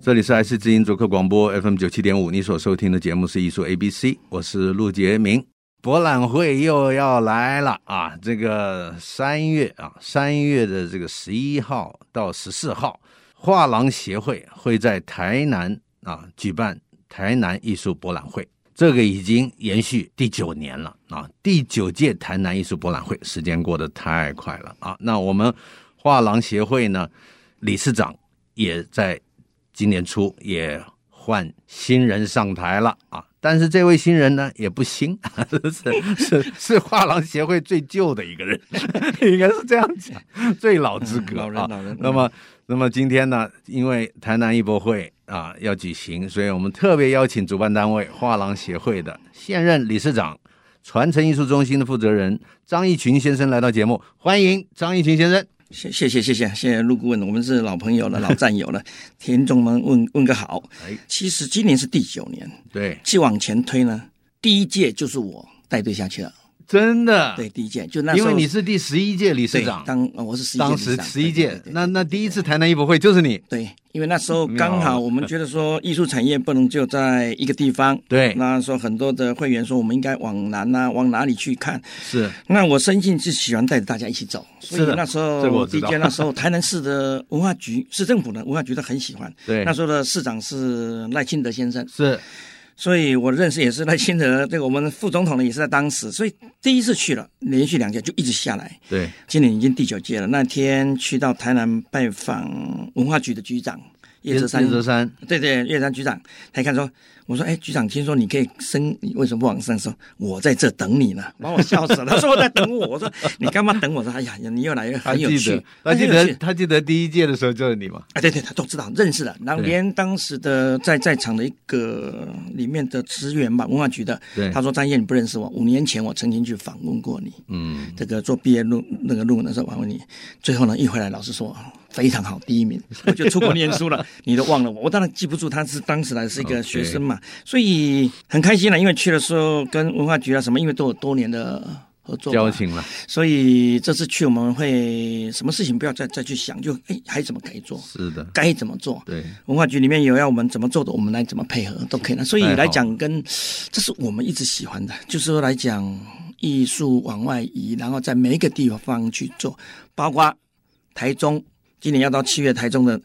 这里是爱思之音主客广播 FM 九七点五，你所收听的节目是艺术 ABC，我是陆杰明。博览会又要来了啊！这个三月啊，三月的这个十一号到十四号，画廊协会会在台南啊举办台南艺术博览会。这个已经延续第九年了啊，第九届台南艺术博览会，时间过得太快了啊！那我们画廊协会呢，理事长也在今年初也换新人上台了啊。但是这位新人呢，也不新， 是是是画廊协会最旧的一个人， 应该是这样讲，最老资格、老人啊。老人嗯那么，那么今天呢，因为台南艺博会啊要举行，所以我们特别邀请主办单位画廊协会的现任理事长、传承艺术中心的负责人张义群先生来到节目，欢迎张义群先生。谢谢谢谢谢谢陆顾问，我们是老朋友了， 老战友了，听众们问问个好哎。其实今年是第九年，对，去往前推呢，第一届就是我带队下去了。真的，对，，第一届就那啊时因为候你是第十一届理事对长，当呃我是十一届当理事时长，十一对届对，对那那第一次台南艺博会就是你，对，因为那时候刚妙啊好我 们觉得说艺术产业不能就在一个地方。对，那时候很多的会员说，我们应该往南啊，往哪里去看？是那我深信是喜欢带着大家一起走，所以是的那时这个我候知第一道届那时候台南市的文化局市政府的文化局都很喜欢，对那时候的市长是赖清德先生，是，所以我认识也是赖清德，这个我们副总统呢也是在当时，所以第一次去了，连续两届就一直下来，对，今年已经第九届了。那天去到台南拜访文化局的局长叶叶泽山，泽山，对对，岳山局长，他一看说，我说，哎，局长，听说你可以升，你为什么不往上升？说我在这等你呢，把我笑死了。他说在等我，我说你干嘛等我？说，哎呀，你又来了，他很有记趣得，，他记很有得，趣他记得第一届的时候就是你嘛，啊，对对，他都知道，认识了，然后对连当时的在在场的一个里面的职员吧，文化局的，对他说张燕你不认识我，五年前我曾经去访问过你，嗯，这个做毕业论那个论文的时候访问你，最后呢一回来，老师说非常好，第一名，我就出国念 书了，你都忘了我，我当然记不住他是当时来是一个 OK 学生嘛所以很开心了，因为去的时候跟文化局啊什么，因为都有多年的合作嘛交情了，所以这次去我们会什么事情不要再再去想，就哎还怎么可以做，是的，该怎么做。对，文化局里面有要我们怎么做的，我们来怎么配合都可以了。所以太好来讲跟，这是我们一直喜欢的，就是说来讲艺术往外移，然后在每一个地方去做，包括台中，今年要到七月台中的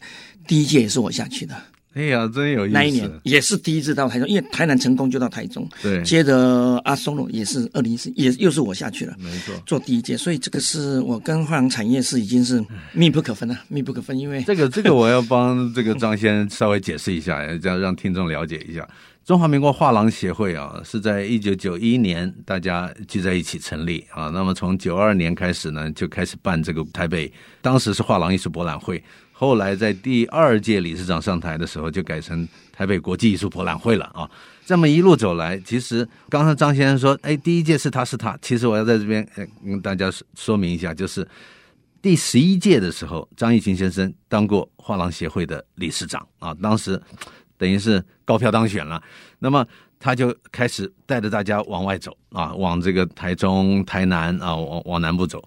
第一届也是我下去的，哎呀，真有意思，那一年也是第一次到台中，因为台南成功就到台中，对，接着阿松罗也是二零一四，也又是我下去了。没错，做第一届，所以这个是我跟画廊产业是已经是密不可分了，密不可分，因为这个这个我要帮这个张先生稍微解释一下， 这样让听众了解一下。中华民国画廊协会啊，是在一九九一年大家聚在一起成立啊。那么从九二年开始呢，就开始办这个台北，当时是画廊艺术博览会，后来在第二届理事长上台的时候，就改成台北国际艺术博览会了啊。这么一路走来，其实刚才张先生说，哎，第一届是他是他，其实我要在这边呃跟大家说说明一下，就是第十一届的时候，张义勤先生当过画廊协会的理事长啊，当时等于是高票当选了。那么他就开始带着大家往外走啊，往这个台中、台南啊，往往南部走。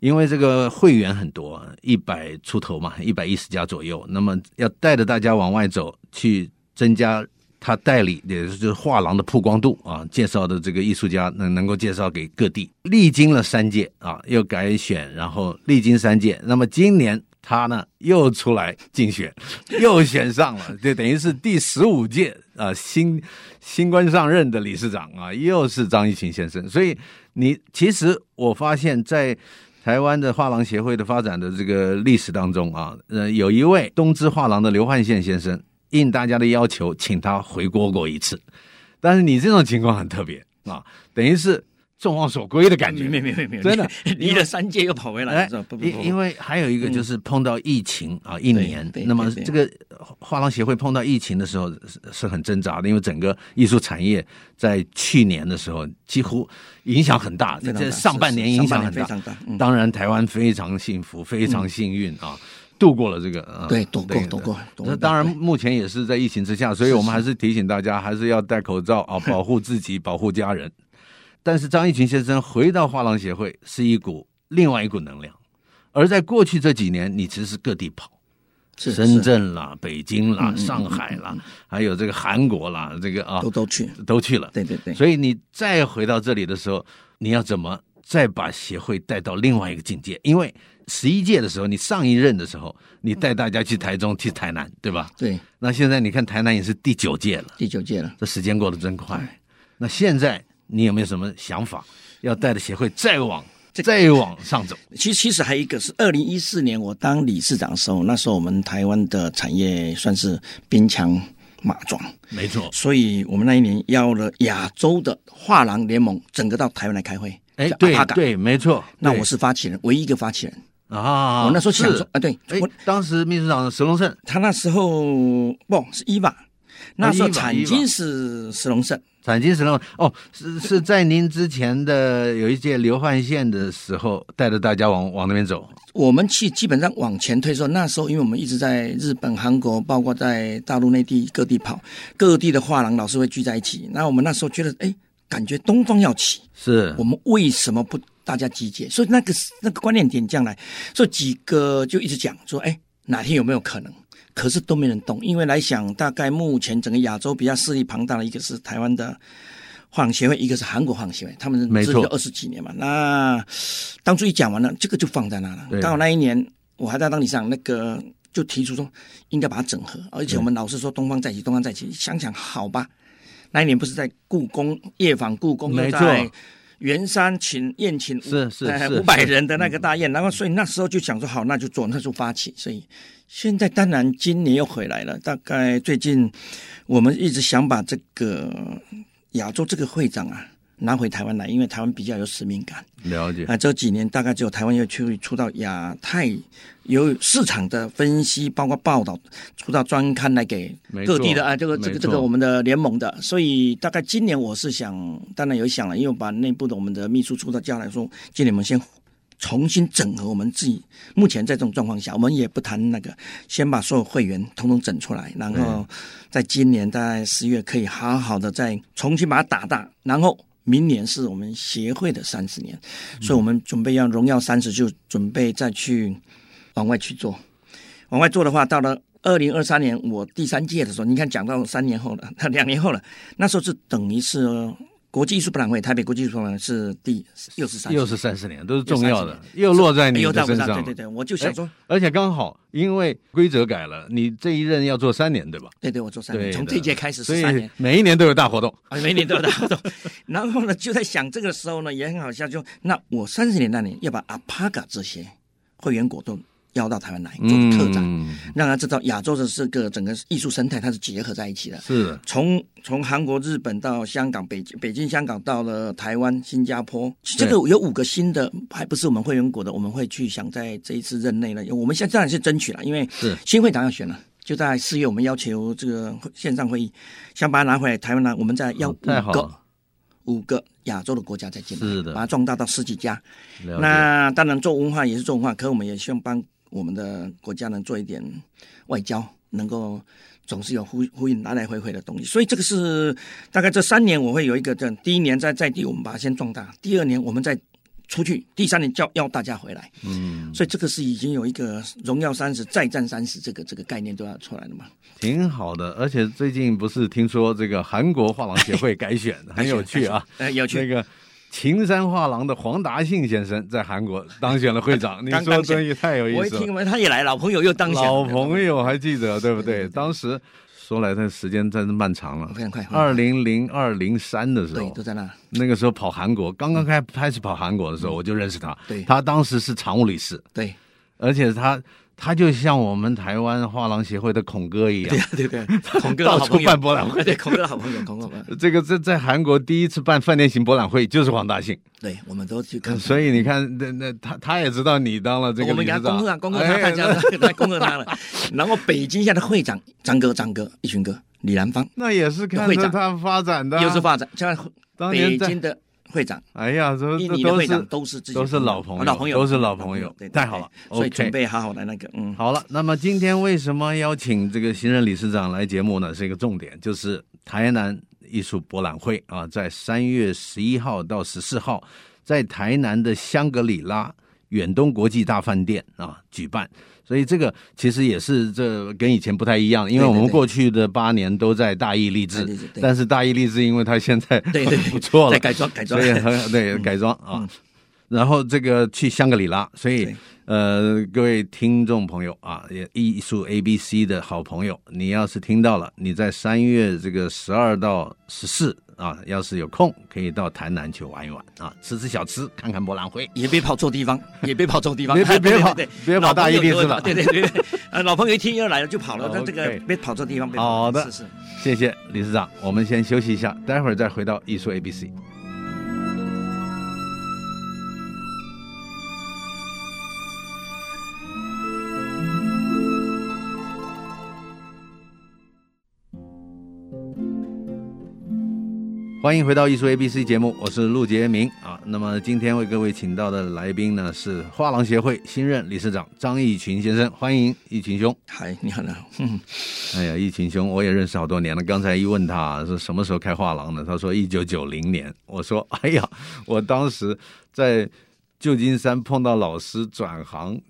因为这个会员很多，一百出头嘛，一百一十家左右。那么要带着大家往外走，去增加他代理，也就是画廊的曝光度啊，介绍的这个艺术家能能够介绍给各地。历经了三届啊，又改选，然后历经三届，那么今年他呢又出来竞选， 又选上了，就等于是第十五届啊新新官上任的理事长啊，又是张一勤先生。所以你其实我发现，在台湾的画廊协会的发展的这个历史当中啊，呃，有一位东芝画廊的刘汉宪先生，应大家的要求，请他回国过一次。但是你这种情况很特别啊，等于是众望所归的感觉。没没没没有，真的 离了三届又跑回来，哎是吧？不不不，因因为还有一个就是碰到疫情啊，一年对，对那么对对这个画廊协会碰到疫情的时候是是很挣扎的，因为整个艺术产业在去年的时候几乎影响很大，非常大这上半年影响很是是大上。半年非常大。嗯，当然，台湾非常幸福，非常幸运啊，度过了这个。啊对躲过躲过躲过那当然，目前也是在疫情之下，所以是我们还是提醒大家，还是要戴口罩 啊，保护自己，保护家人。但是张一群先生回到画廊协会是一股另外一股能量，而在过去这几年，你其实各地跑，是深是圳啦、北京啦嗯、嗯上海啦，还有这个韩国啦，这个啊都都去，都去了。对对对，所以你再回到这里的时候，你要怎么再把协会带到另外一个境界？因为十一届的时候，你上一任的时候，你带大家去台中、去台南，对吧？对那现在你看台南也是第九届了，第九届了。这时间过得真快。那现在你有没有什么想法，要带着协会再往再往上走？其实其实还有一个是二零一四年我当理事长的时候，那时候我们台湾的产业算是兵强马壮，没错，所以我们那一年邀了亚洲的画廊联盟整个到台湾来开会。哎，叫对 APAC 对，没错。那对我是发起人，唯一一个发起人。啊，我那时候想是说，啊，对，哎我，当时秘书长沈龙胜、他那时候不是伊哦娃，那时候 Eva，产 Eva 金是石龙胜，产经神龙哦，是是在您之前的有一届流换线的时候，带着大家往往那边走。我们去基本上往前推说，那时候因为我们一直在日本、韩国，包括在大陆内地各地跑，各地的画廊老师会聚在一起。那我们那时候觉得，哎，感觉东方要起，是我们为什么不大家集结？所以那个那个观念点将来，所以几个就一直讲说，哎，哪天有没有可能？可是都没人动，因为来想，大概目前整个亚洲比较势力庞大的一个是台湾的画廊协会，一个是韩国画廊协会，他们没错支持二十几年嘛。那当初一讲完了，这个就放在那了对。刚好那一年我还在当理事长，那个就提出说应该把它整合，而且我们老是说东方再起，东方再起，想想好吧。那一年不是在故宫夜访故宫，没又错在圆山请宴请哎是是是五百人的那个大宴，然后所以那时候就想说好，那就做，那就发起。所以现在当然今年又回来了，大概最近我们一直想把这个亚洲这个会长啊拿回台湾来，因为台湾比较有使命感。了解啊，这几年大概只有台湾又去出到亚太有市场的分析，包括报道，出到专刊来给没错各地的啊，这个这没个错这个我们的联盟的，所以大概今年我是想，当然有想了，因为我把内部的我们的秘书出到叫来说，今年我们先。重新呃整合我们自己目前在这种状况下，我们也不谈那个，先把所有会员通通整出来，然后在今年大概十月可以好好的再重新把它打大，然后明年是我们协会的三十年，所以我们准备要荣耀三十，就准备再去往外去做。往外做的话，到了二零二三年我第三届的时候，你看讲到三年后了， 两年后了，那时候是等于是国际艺术博览会，台北国际艺术博览会是第又是三十又是三十年，都是重要的，又落在你又的哎到不身上，上对了。对对，我就想说，而且刚好因为规则改了，你这一任要做三年，对吧？对对，我做三对年，的从这一届开始所是以三年，每一年都有大活动。啊，每年都有大活动。 然后呢，就在想这个时候呢，也很好笑，就那我三十年那年要把阿帕嘎这些会员果冻邀到台湾来做特展，嗯让他知道亚洲的这个整个艺术生态它是结合在一起的。是的从从韩国、日本到香港、北京、北京、香港到了台湾、新加坡，这个有五个新的，还不是我们会员国的，我们会去想在这一次任内呢，我们现在当然是争取了，因为是新会长要选了。就在四月，我们要求这个会线上会议，想把它拿回来台湾呢，我们再要五哦嗯太好个了，五个亚洲的国家再进来，是的把它壮大到十几家。了解那当然做文化也是做文化，可我们也希望帮我们的国家能做一点外交，能够总是有呼呼应来来回回的东西。所以这个是大概这三年我会有一个这样，第一年在在地我们把它先壮大，第二年我们再出去，第三年叫要大家回来。嗯，所以这个是已经有一个荣耀三十再战三十这个这个概念都要出来了嘛。挺好的。而且最近不是听说这个韩国画廊协会改 选，很有趣啊。呃， 有那趣。个秦山画廊的黄达信先生在韩国当选了会 长，你刚说当选这西太有我意一思听了。完他也来，老朋友又当选了，老朋友还记得对不对？当时说来的时间真是漫长了非，常快。二零零二零三的时对候都，在那，那个时候跑韩国，刚刚开开始跑韩国的时候，我就认识他嗯对。他当时是常务理事，对而且他他就像我们台湾画廊协会的孔哥一样对，呀、对对，孔哥的到好处朋友办，博览会。对，孔哥的好朋友，孔哥的好朋友，这个在在韩国第一次办饭店型博览会就是黄大信，对，我们都去 看。所以你看，那那他他也知道你当了这个我们理给事他长，恭贺啊，恭贺他，大家哎都来恭贺他了。然后北京现在的会长张哥，张哥，一群哥，李兰芳那也是看会着长他发展的啊，又是发展，现在当北年在京的会长、哎呀，这印这尼的都会长是都是自己都是老朋友老朋友都是老朋友对，太好了对所以 OK 准备好好的那个，嗯，好了，那么今天为什么邀请这个新任理事长来节目呢？是一个重点，就是台南艺术博览会啊，在三月十一号到十四号，在台南的香格里拉远东国际大饭店啊举办。所以这个其实也是这跟以前不太一样，因为对对我们对过去的八年都在大义励志大义励志，对但是大义励志因为它现在 对对不错了再，改装 改装所，以很 对改装啊嗯。然后这个去香格里拉，所以对呃，各位听众朋友啊，也艺术 A B C 的好朋友，你要是听到了，你在三月这个十二到十四啊，要是有空，可以到台南去玩一玩啊，吃吃小吃，看看博览会。也别跑错地方，也别跑错地方，别别别跑对对对别跑大义利斯了老朋友对对对对，呃，老朋友一听又来了就跑了， OK 那这个别跑错地方，别跑好的是是。谢谢理事长，我们先休息一下，待会儿再回到艺术 A B C。欢迎回到艺术 ABC 节目，我是陆杰明啊。那么今天为各位请到的来宾呢是画廊协会新任理事长张义群先生，欢迎义群兄。嗨，你好，你好，嗯，哎呀，易群兄，我也认识好多年了。刚才一问他是什么时候开画廊的，他说一九九零年。我说，哎呀，我当时在旧金山碰到老师转行，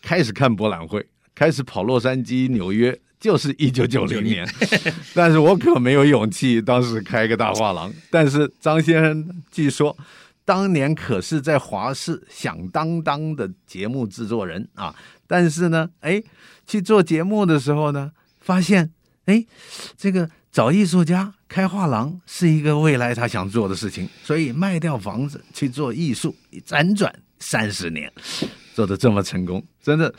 开始看博览会，开始跑洛杉矶、纽约，就是一九九零年。 但是我可没有勇气，当时开个大画廊。但是张先生据说。当年可是在华视响当当的节目制作人啊，但是呢，哎，去做节目的时候呢，发现，哎，这个找艺术家开画廊是一个未来他想做的事情，所以卖掉房子去做艺术，辗转三十年，做的这么成功，真的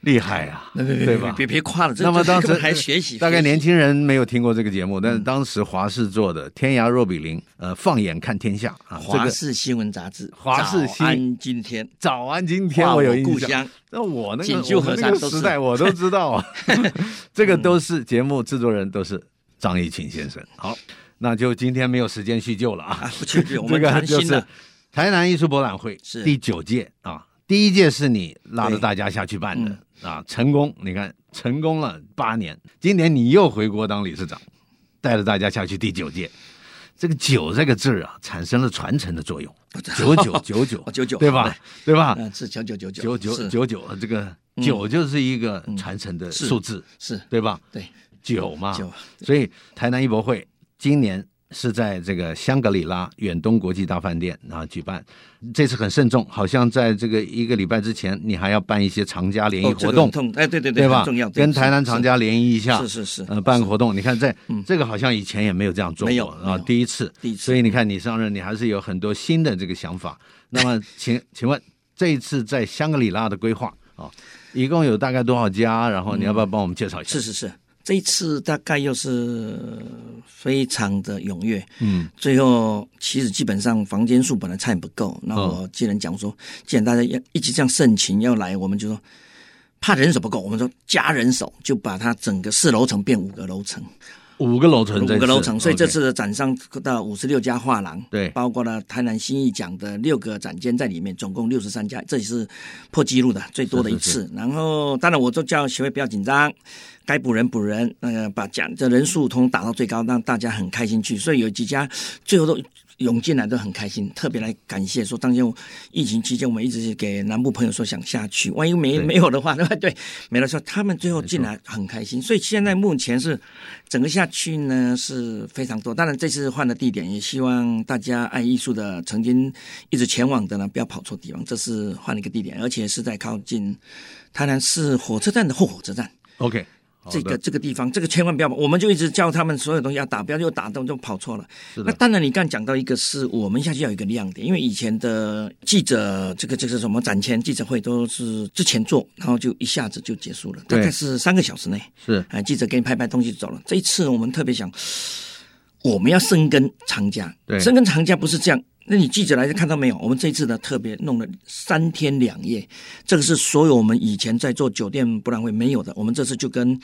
厉害啊，对吧？别别夸了，这那么这当时根本还学习，大概学习嗯年轻人没有听过这个节目，但是当时华视做的《天涯若比邻》，呃，放眼看天下啊，这华个视新闻杂志，华视新早安今天，早安今天哇我有我故印象乡，那我那锦个绣我们河那山个都嗯时是代我都知道 啊，这个都是节目制作人都是张艺勤先生。好，那就今天没有时间叙旧了啊啊，，不去不 去，我这们个谈就心是的，台南艺术博览会是第九届啊，第一届是你拉着对嗯大家下去办的啊，成功，你看成功了八年，今年你又回国当理事长，带着大家下去第九届。这个“九”这个字儿啊，产生了传承的作用，九 九九九哦99对吧？对吧？嗯，是九九九九九九是嗯九九，这个九就是一个传承的是数字，是，对吧？对，九嘛，九所以台南艺博会今年是在这个香格里拉远东国际大饭店啊举办，这次很慎重，好像在这个一个礼拜之前，你还要办一些长家联谊哦活动，这个很痛哎，对对对吧很重要，？对跟台南长家联谊一下，是是是呃，办个活动。你看在这个好像以前也没有这样做过，没有没啊有，第一次，第一次所以你看你上任，你还是有很多新的这个想 法。那么请，请问这一次在香格里拉的规划啊，一共有大概多少家？然后你要不要帮我们介绍一下？嗯是是是，这一次大概又是非常的踊跃，嗯，最后其实基本上房间数本来菜不够，那嗯我既然讲说，既然大家要一直这样盛情要来，我们就说。怕人手不够，我们说加人手，就把它整个四楼层变五个楼层，五个楼层，五这次个楼层。所以哦这 OK 次的展商到五十六家画廊，对包括了台南新艺奖的六个展间在里面，总共六十三家，这也是破纪录的最多的一次。是然后，当然我都叫协会不要紧张，该补人补人，那、个把奖这人数通打到最高，让大家很开心去。所以有几家最后都。涌进来都很开心，特别来感谢说，当天我疫情期间，我们一直是给南部朋友说想下去，万一没对没有的话，对吧？对，没了说他们最后进来很开心，所以现在目前是整个下去呢是非常多。当然这次换了地点，也希望大家爱艺术的曾经一直前往的呢，不要跑错地方。这是换了一个地点，而且是在靠近台南市火车站的后火车站。 OK，这个好的这个地方，这个千万不要，我们就一直教他们所有东西要打标，又打动就跑错了。是那的，当然，你刚讲到一个是我们下去要有一个亮点，因为以前的记者这个这个什么展前记者会都是之前做，然后就一下子就结束了，大对概是三个小时内，是啊，记者给你拍拍东西就走了。这一次我们特别想，我们要深耕长假，对深耕长假不是这样。那你记者来看到没有？我们这一次呢，特别弄了三天两夜，这个是所有我们以前在做酒店博览会没有的。我们这次就跟，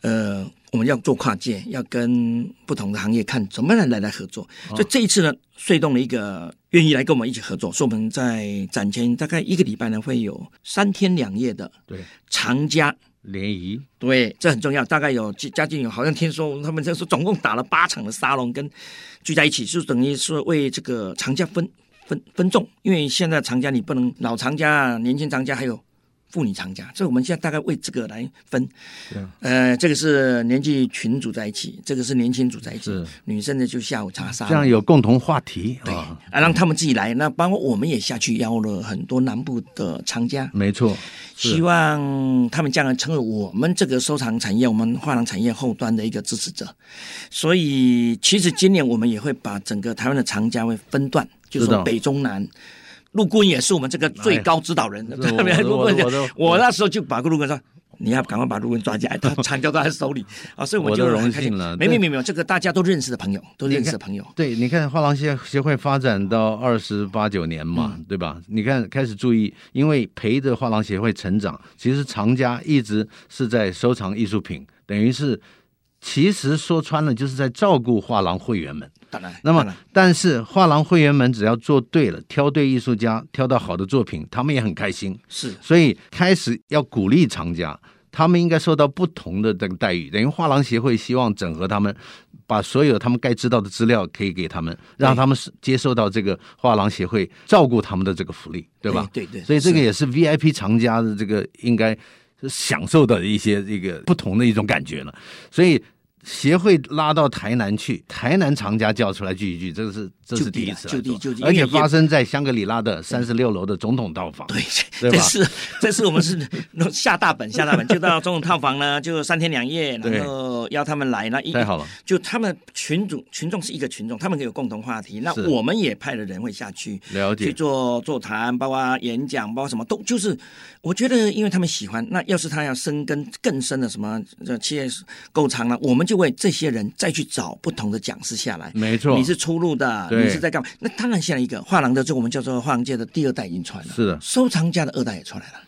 呃，我们要做跨界，要跟不同的行业看怎么样来来合作。所以这一次呢，隧洞的一个愿意来跟我们一起合作，所以我们在展前大概一个礼拜呢，会有三天两夜的对长假联谊，嗯对，这很重要。大概有家境有，好像听说他们就说总共打了八场的沙龙，跟聚在一起，就等于说为这个长假分分分众。因为现在长假你不能老长假、年轻长假还有妇女长假，所以我们现在大概为这个来分。对啊呃，这个是年纪群组在一起，这个是年轻组在一起是，女生的就下午茶沙这样龙。有共同话题啊啊，，让他们自己来。那包括我们也下去邀了很多南部的藏家，没错，是希望他们将来成为我们这个收藏产业、我们画廊产业后端的一个支持者。所以，其实今年我们也会把整个台湾的藏家会分段，就是知说道北中南。陆坤也是我们这个最高指导人， 哎呀这陆我坤的我的我的，我那时候就把陆坤说。你要赶快把陆坤抓起来，他藏家都在 手里啊，所以我们我就的很荣开心幸了没没对没没有，这个大家都认识的朋友，都认识的你看朋友。对，你看画廊协协会发展到二十八九年嘛，嗯对吧？你看开始注意，因为陪着画廊协会成长，其实藏家一直是在收藏艺术品，等于是其实说穿了就是在照顾画廊会员们。当然，那当么然，但是画廊会员们只要做对了，挑对艺术家，挑到好的作品，他们也很开心。是所以开始要鼓励藏家，他们应该受到不同的这个待遇。等于画廊协会希望整合他们，把所有他们该知道的资料可以给他们，让他们是接受到这个画廊协会照顾他们的这个福利，对吧？对对，所以这个是也是 VIP 藏家的这个应该享受的一些这个不同的一种感觉了。所以协会拉到台南去，台南藏家叫出来聚一聚，这是这就是地第一了次来就地做就地而因且为也发生在香格里拉的三十六楼的总统套房。对， 对这吧是这是我们是弄下大本下大本，就到总统套房呢， 就三天两夜，对然后邀他们来，那一太好了，就他们群众群众是一个群众，他们可以有共同话题，那是我们也派了人会下去。了去解。做座谈，包括演讲，包括什么都就是，我觉得因为他们喜欢，那要是他要深耕更深的什么这企业够长了，我们就为这些人再去找不同的讲师下来。没错，你是出路的，对你是在干嘛？那当然，现在一个画廊的，就我们叫做画廊界的第二代已经出来了，是的收藏家的二代也出来了。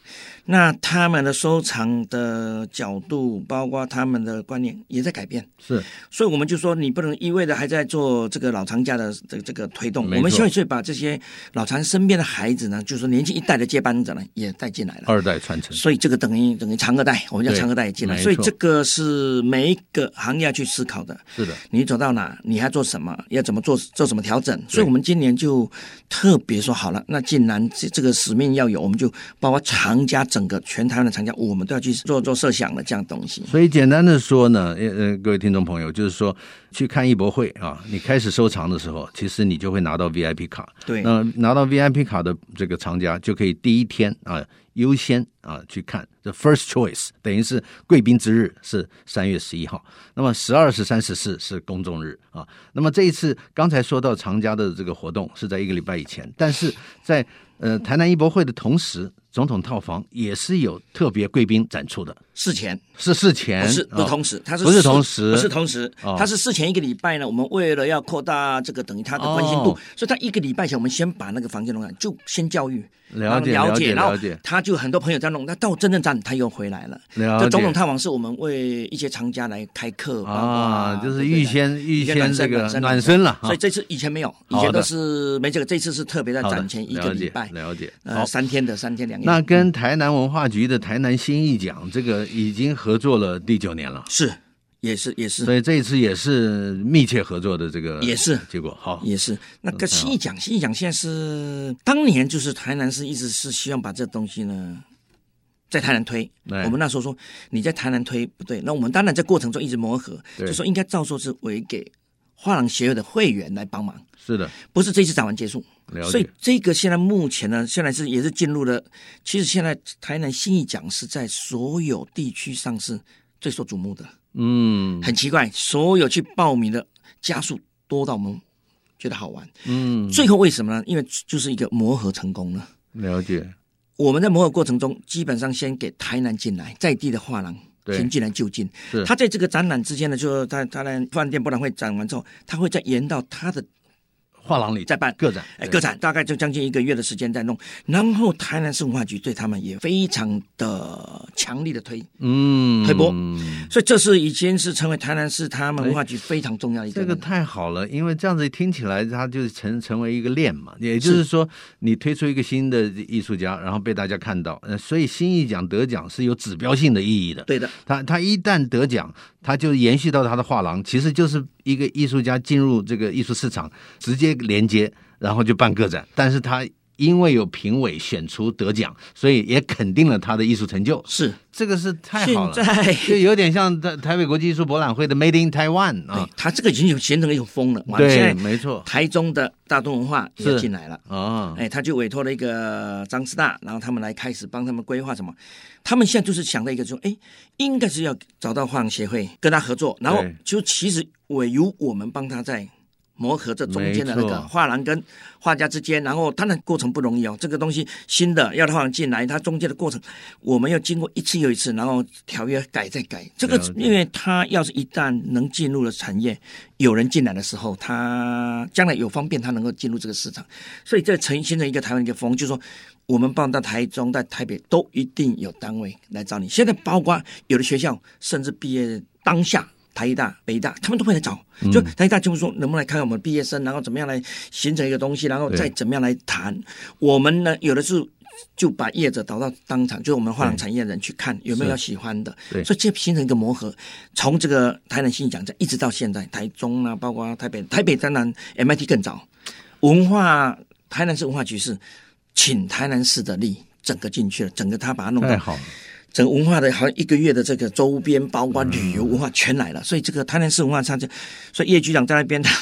那他们的收藏的角度，包括他们的观念也在改变，是所以我们就说，你不能一味的还在做这个老藏家的这个这个推动。没错我们希望是把这些老藏身边的孩子呢，就是年轻一代的接班者呢，也带进来了。二代传承，所以这个等于等于长二代，我们叫哦对长二代也进来，没所以错这个是每一个行业要去思考的。是的，你走到哪，你还做什么，要怎么做，做什么调整。所以，我们今年就特别说好了，那既然这这个使命要有，我们就包括长家整个全台湾的长家，我们都要去做做设想的这样东西。所以简单的说呢，呃呃，各位听众朋友，就是说去看艺博会啊，你开始收藏的时候，其实你就会拿到 VIP 卡，对，那拿到 VIP 卡的这个藏家就可以第一天啊优先啊去看这 First Choice，等于是贵宾之日是三月十一号，那么十二、十三、十四是公众日啊。那么这一次刚才说到藏家的这个活动是在一个礼拜以前，但是在呃台南艺博会的同时，总统套房也是有特别贵宾展出的，事前是事前哦不是啊不同时，它是不是事同时不是同时，哦它是事前一个礼拜呢。我们为了要扩大这个等于它的关心度哦，所以它一个礼拜前我们先把那个房间弄好，就先教育，了解然后了了解然后了解他就很多朋友在弄，那到真正站他又回来了。了这解总统套房是我们为一些藏家来开课啊，就是预。包括对对对先预先暖这身个暖身暖身了啊哈所以。这次以前没有，以好的前都是没这个，这次是特别在好的展前一个了礼解拜，了解。好呃，，三天的三天两夜。嗯那跟台南文化局的台南新艺奖这个已经合作了第九年了，是也是也是所以这一次也是密切合作的这个也是结果。好，也是，那个太嗯好新义奖，新义奖现在是当年就是台南市一直是希望把这东西呢，在台南推。哎我们那时候说你在台南推不对，那我们当然在过程中一直磨合，对就说应该照说是委给画廊协会的会员来帮忙，是的，不是这次展完结束。了所以解。这个现在目前呢，现在是也是进入了，其实现在台南新义奖是在所有地区上是最受瞩目的。嗯很奇怪，所有去报名的家数多到我们觉得好玩。嗯，最后为什么呢？因为就是一个磨合成功了。了解，我们在磨合过程中，基本上先给台南进来在地的画廊。对先进来就近是，他在这个展览之间呢，就是他他在饭店博览会展完之后，他会再延到他的画廊里再办个展，哎，个展大概就将近一个月的时间在弄，然后台南市文化局对他们也非常的强力的推，嗯，推波所以这是已经是成为台南市他们文化局非常重要的一个。这个太好了，因为这样子听起来，它就是成成为一个链嘛。也就是说，你推出一个新的艺术家，然后被大家看到，呃，所以新艺奖得奖是有指标性的意义的。对的，他他一旦得奖，他就延续到他的画廊，其实就是一个艺术家进入这个艺术市场，直接连接，然后就办个展。但是他因为有评委选出得奖，所以也肯定了他的艺术成就。是这个是太好现了， 在就有点像台台北国际艺术博览会的 Made in Taiwan 啊对，，哎他这个已经有形成一种风了。哇对，现在没错台中的大东文化也是进来了。啊，哎，他就委托了一个张师大，然后他们来开始帮他们规划什么。他们现在就是想到一个说，哎，应该是要找到画廊协会跟他合作，然后对就其实委由我们帮他在磨合这中间的那没个错画廊跟画家之间，然后当然过程不容易哦，这个东西新的要画廊进来，它中间的过程我们要经过一次又一次，然后条约改再改。这个了解因为他要是一旦能进入了产业，有人进来的时候，他将来有方便他能够进入这个市场，所以这呈现成一个台湾的一个风，就是说。我们办到台中、在台北都一定有单位来找你。现在包括有的学校，甚至毕业当下，台大、北大，他们都会来找。嗯就台大就是说，能不能来看看我们毕业生，然后怎么样来形成一个东西，然后对再怎么样来谈。我们呢，有的是就把业者导到当场，就是我们画廊对产业人去看有没是有要喜欢的对，所以这形成一个磨合。从这个台南新讲站一直到现在，台中啊，包括台北，台北当然 MIT 更早，文化台南市文化局是请台南市的力。整个进去了，整个他把它弄到太好了，整个文化的，好像一个月的这个周边，包括旅游文化全来了，所以这个台南市文化差就，所以叶局长在那边，他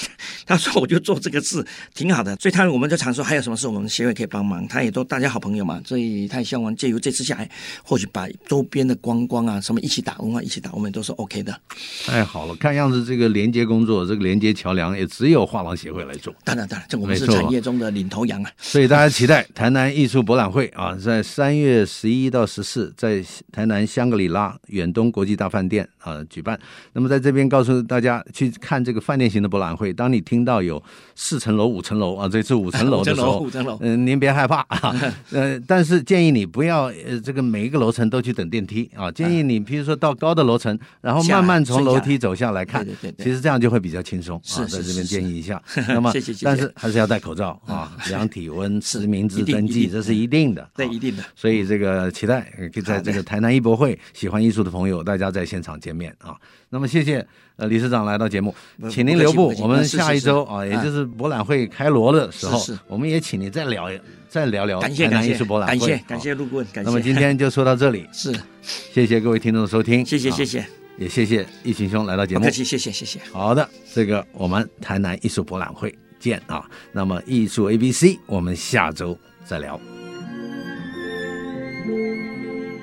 他说我就做这个事挺好的，所以他我们就常说还有什么事我们协会可以帮忙，他也都大家好朋友嘛，所以他也希望借由这次下来，或许把周边的观光啊什么一起打，文化一起打，我们都是 OK 的。太好了。看样子这个连接工作，这个连接桥梁也只有画廊协会来做，当然当然，这我们是没错产业中的领头羊啊。所以大家期待台南艺术博览会啊，在三月十一到十四，在台南香格里拉远东国际大饭店啊举办。那么在这边告诉大家，去看这个饭店型的博览会，当你听到有四层楼、五层楼啊，这次五层楼 五的层时候，楼，五层楼，嗯、您别害怕 啊，呃，但是建议你不要呃，这个每一个楼层都去等电梯啊，建议你譬如说到高的楼层，然后下来慢慢从顺下楼来梯走下来看，对对对对其实这样就会比较轻松是啊，在是这是边是建议一下。 那么，谢谢谢谢但是还是要戴口罩啊，量体温、是实名制一定登一记，定这是一定的。对，啊一定的。所以这个期待呃可以在好的这个台南艺博会，喜欢艺术的朋友，大家在现场见面啊。那么谢谢呃理事长来到节目，不请您不客留气不步客，气我们啊是下是一是周啊，啊也就是博览会开锣的时候是是，我们也请你再聊一再聊聊感谢台感南艺谢术博览会。感谢啊感。谢陆顾问，感谢。，那么今天就说到这里是谢谢各位听众的收听，谢谢啊谢，谢，也谢谢易群兄来到节不目客。气，谢谢谢谢。好的，这个我们台南艺术博览会见啊。那么艺术 A B C，我们下周再聊。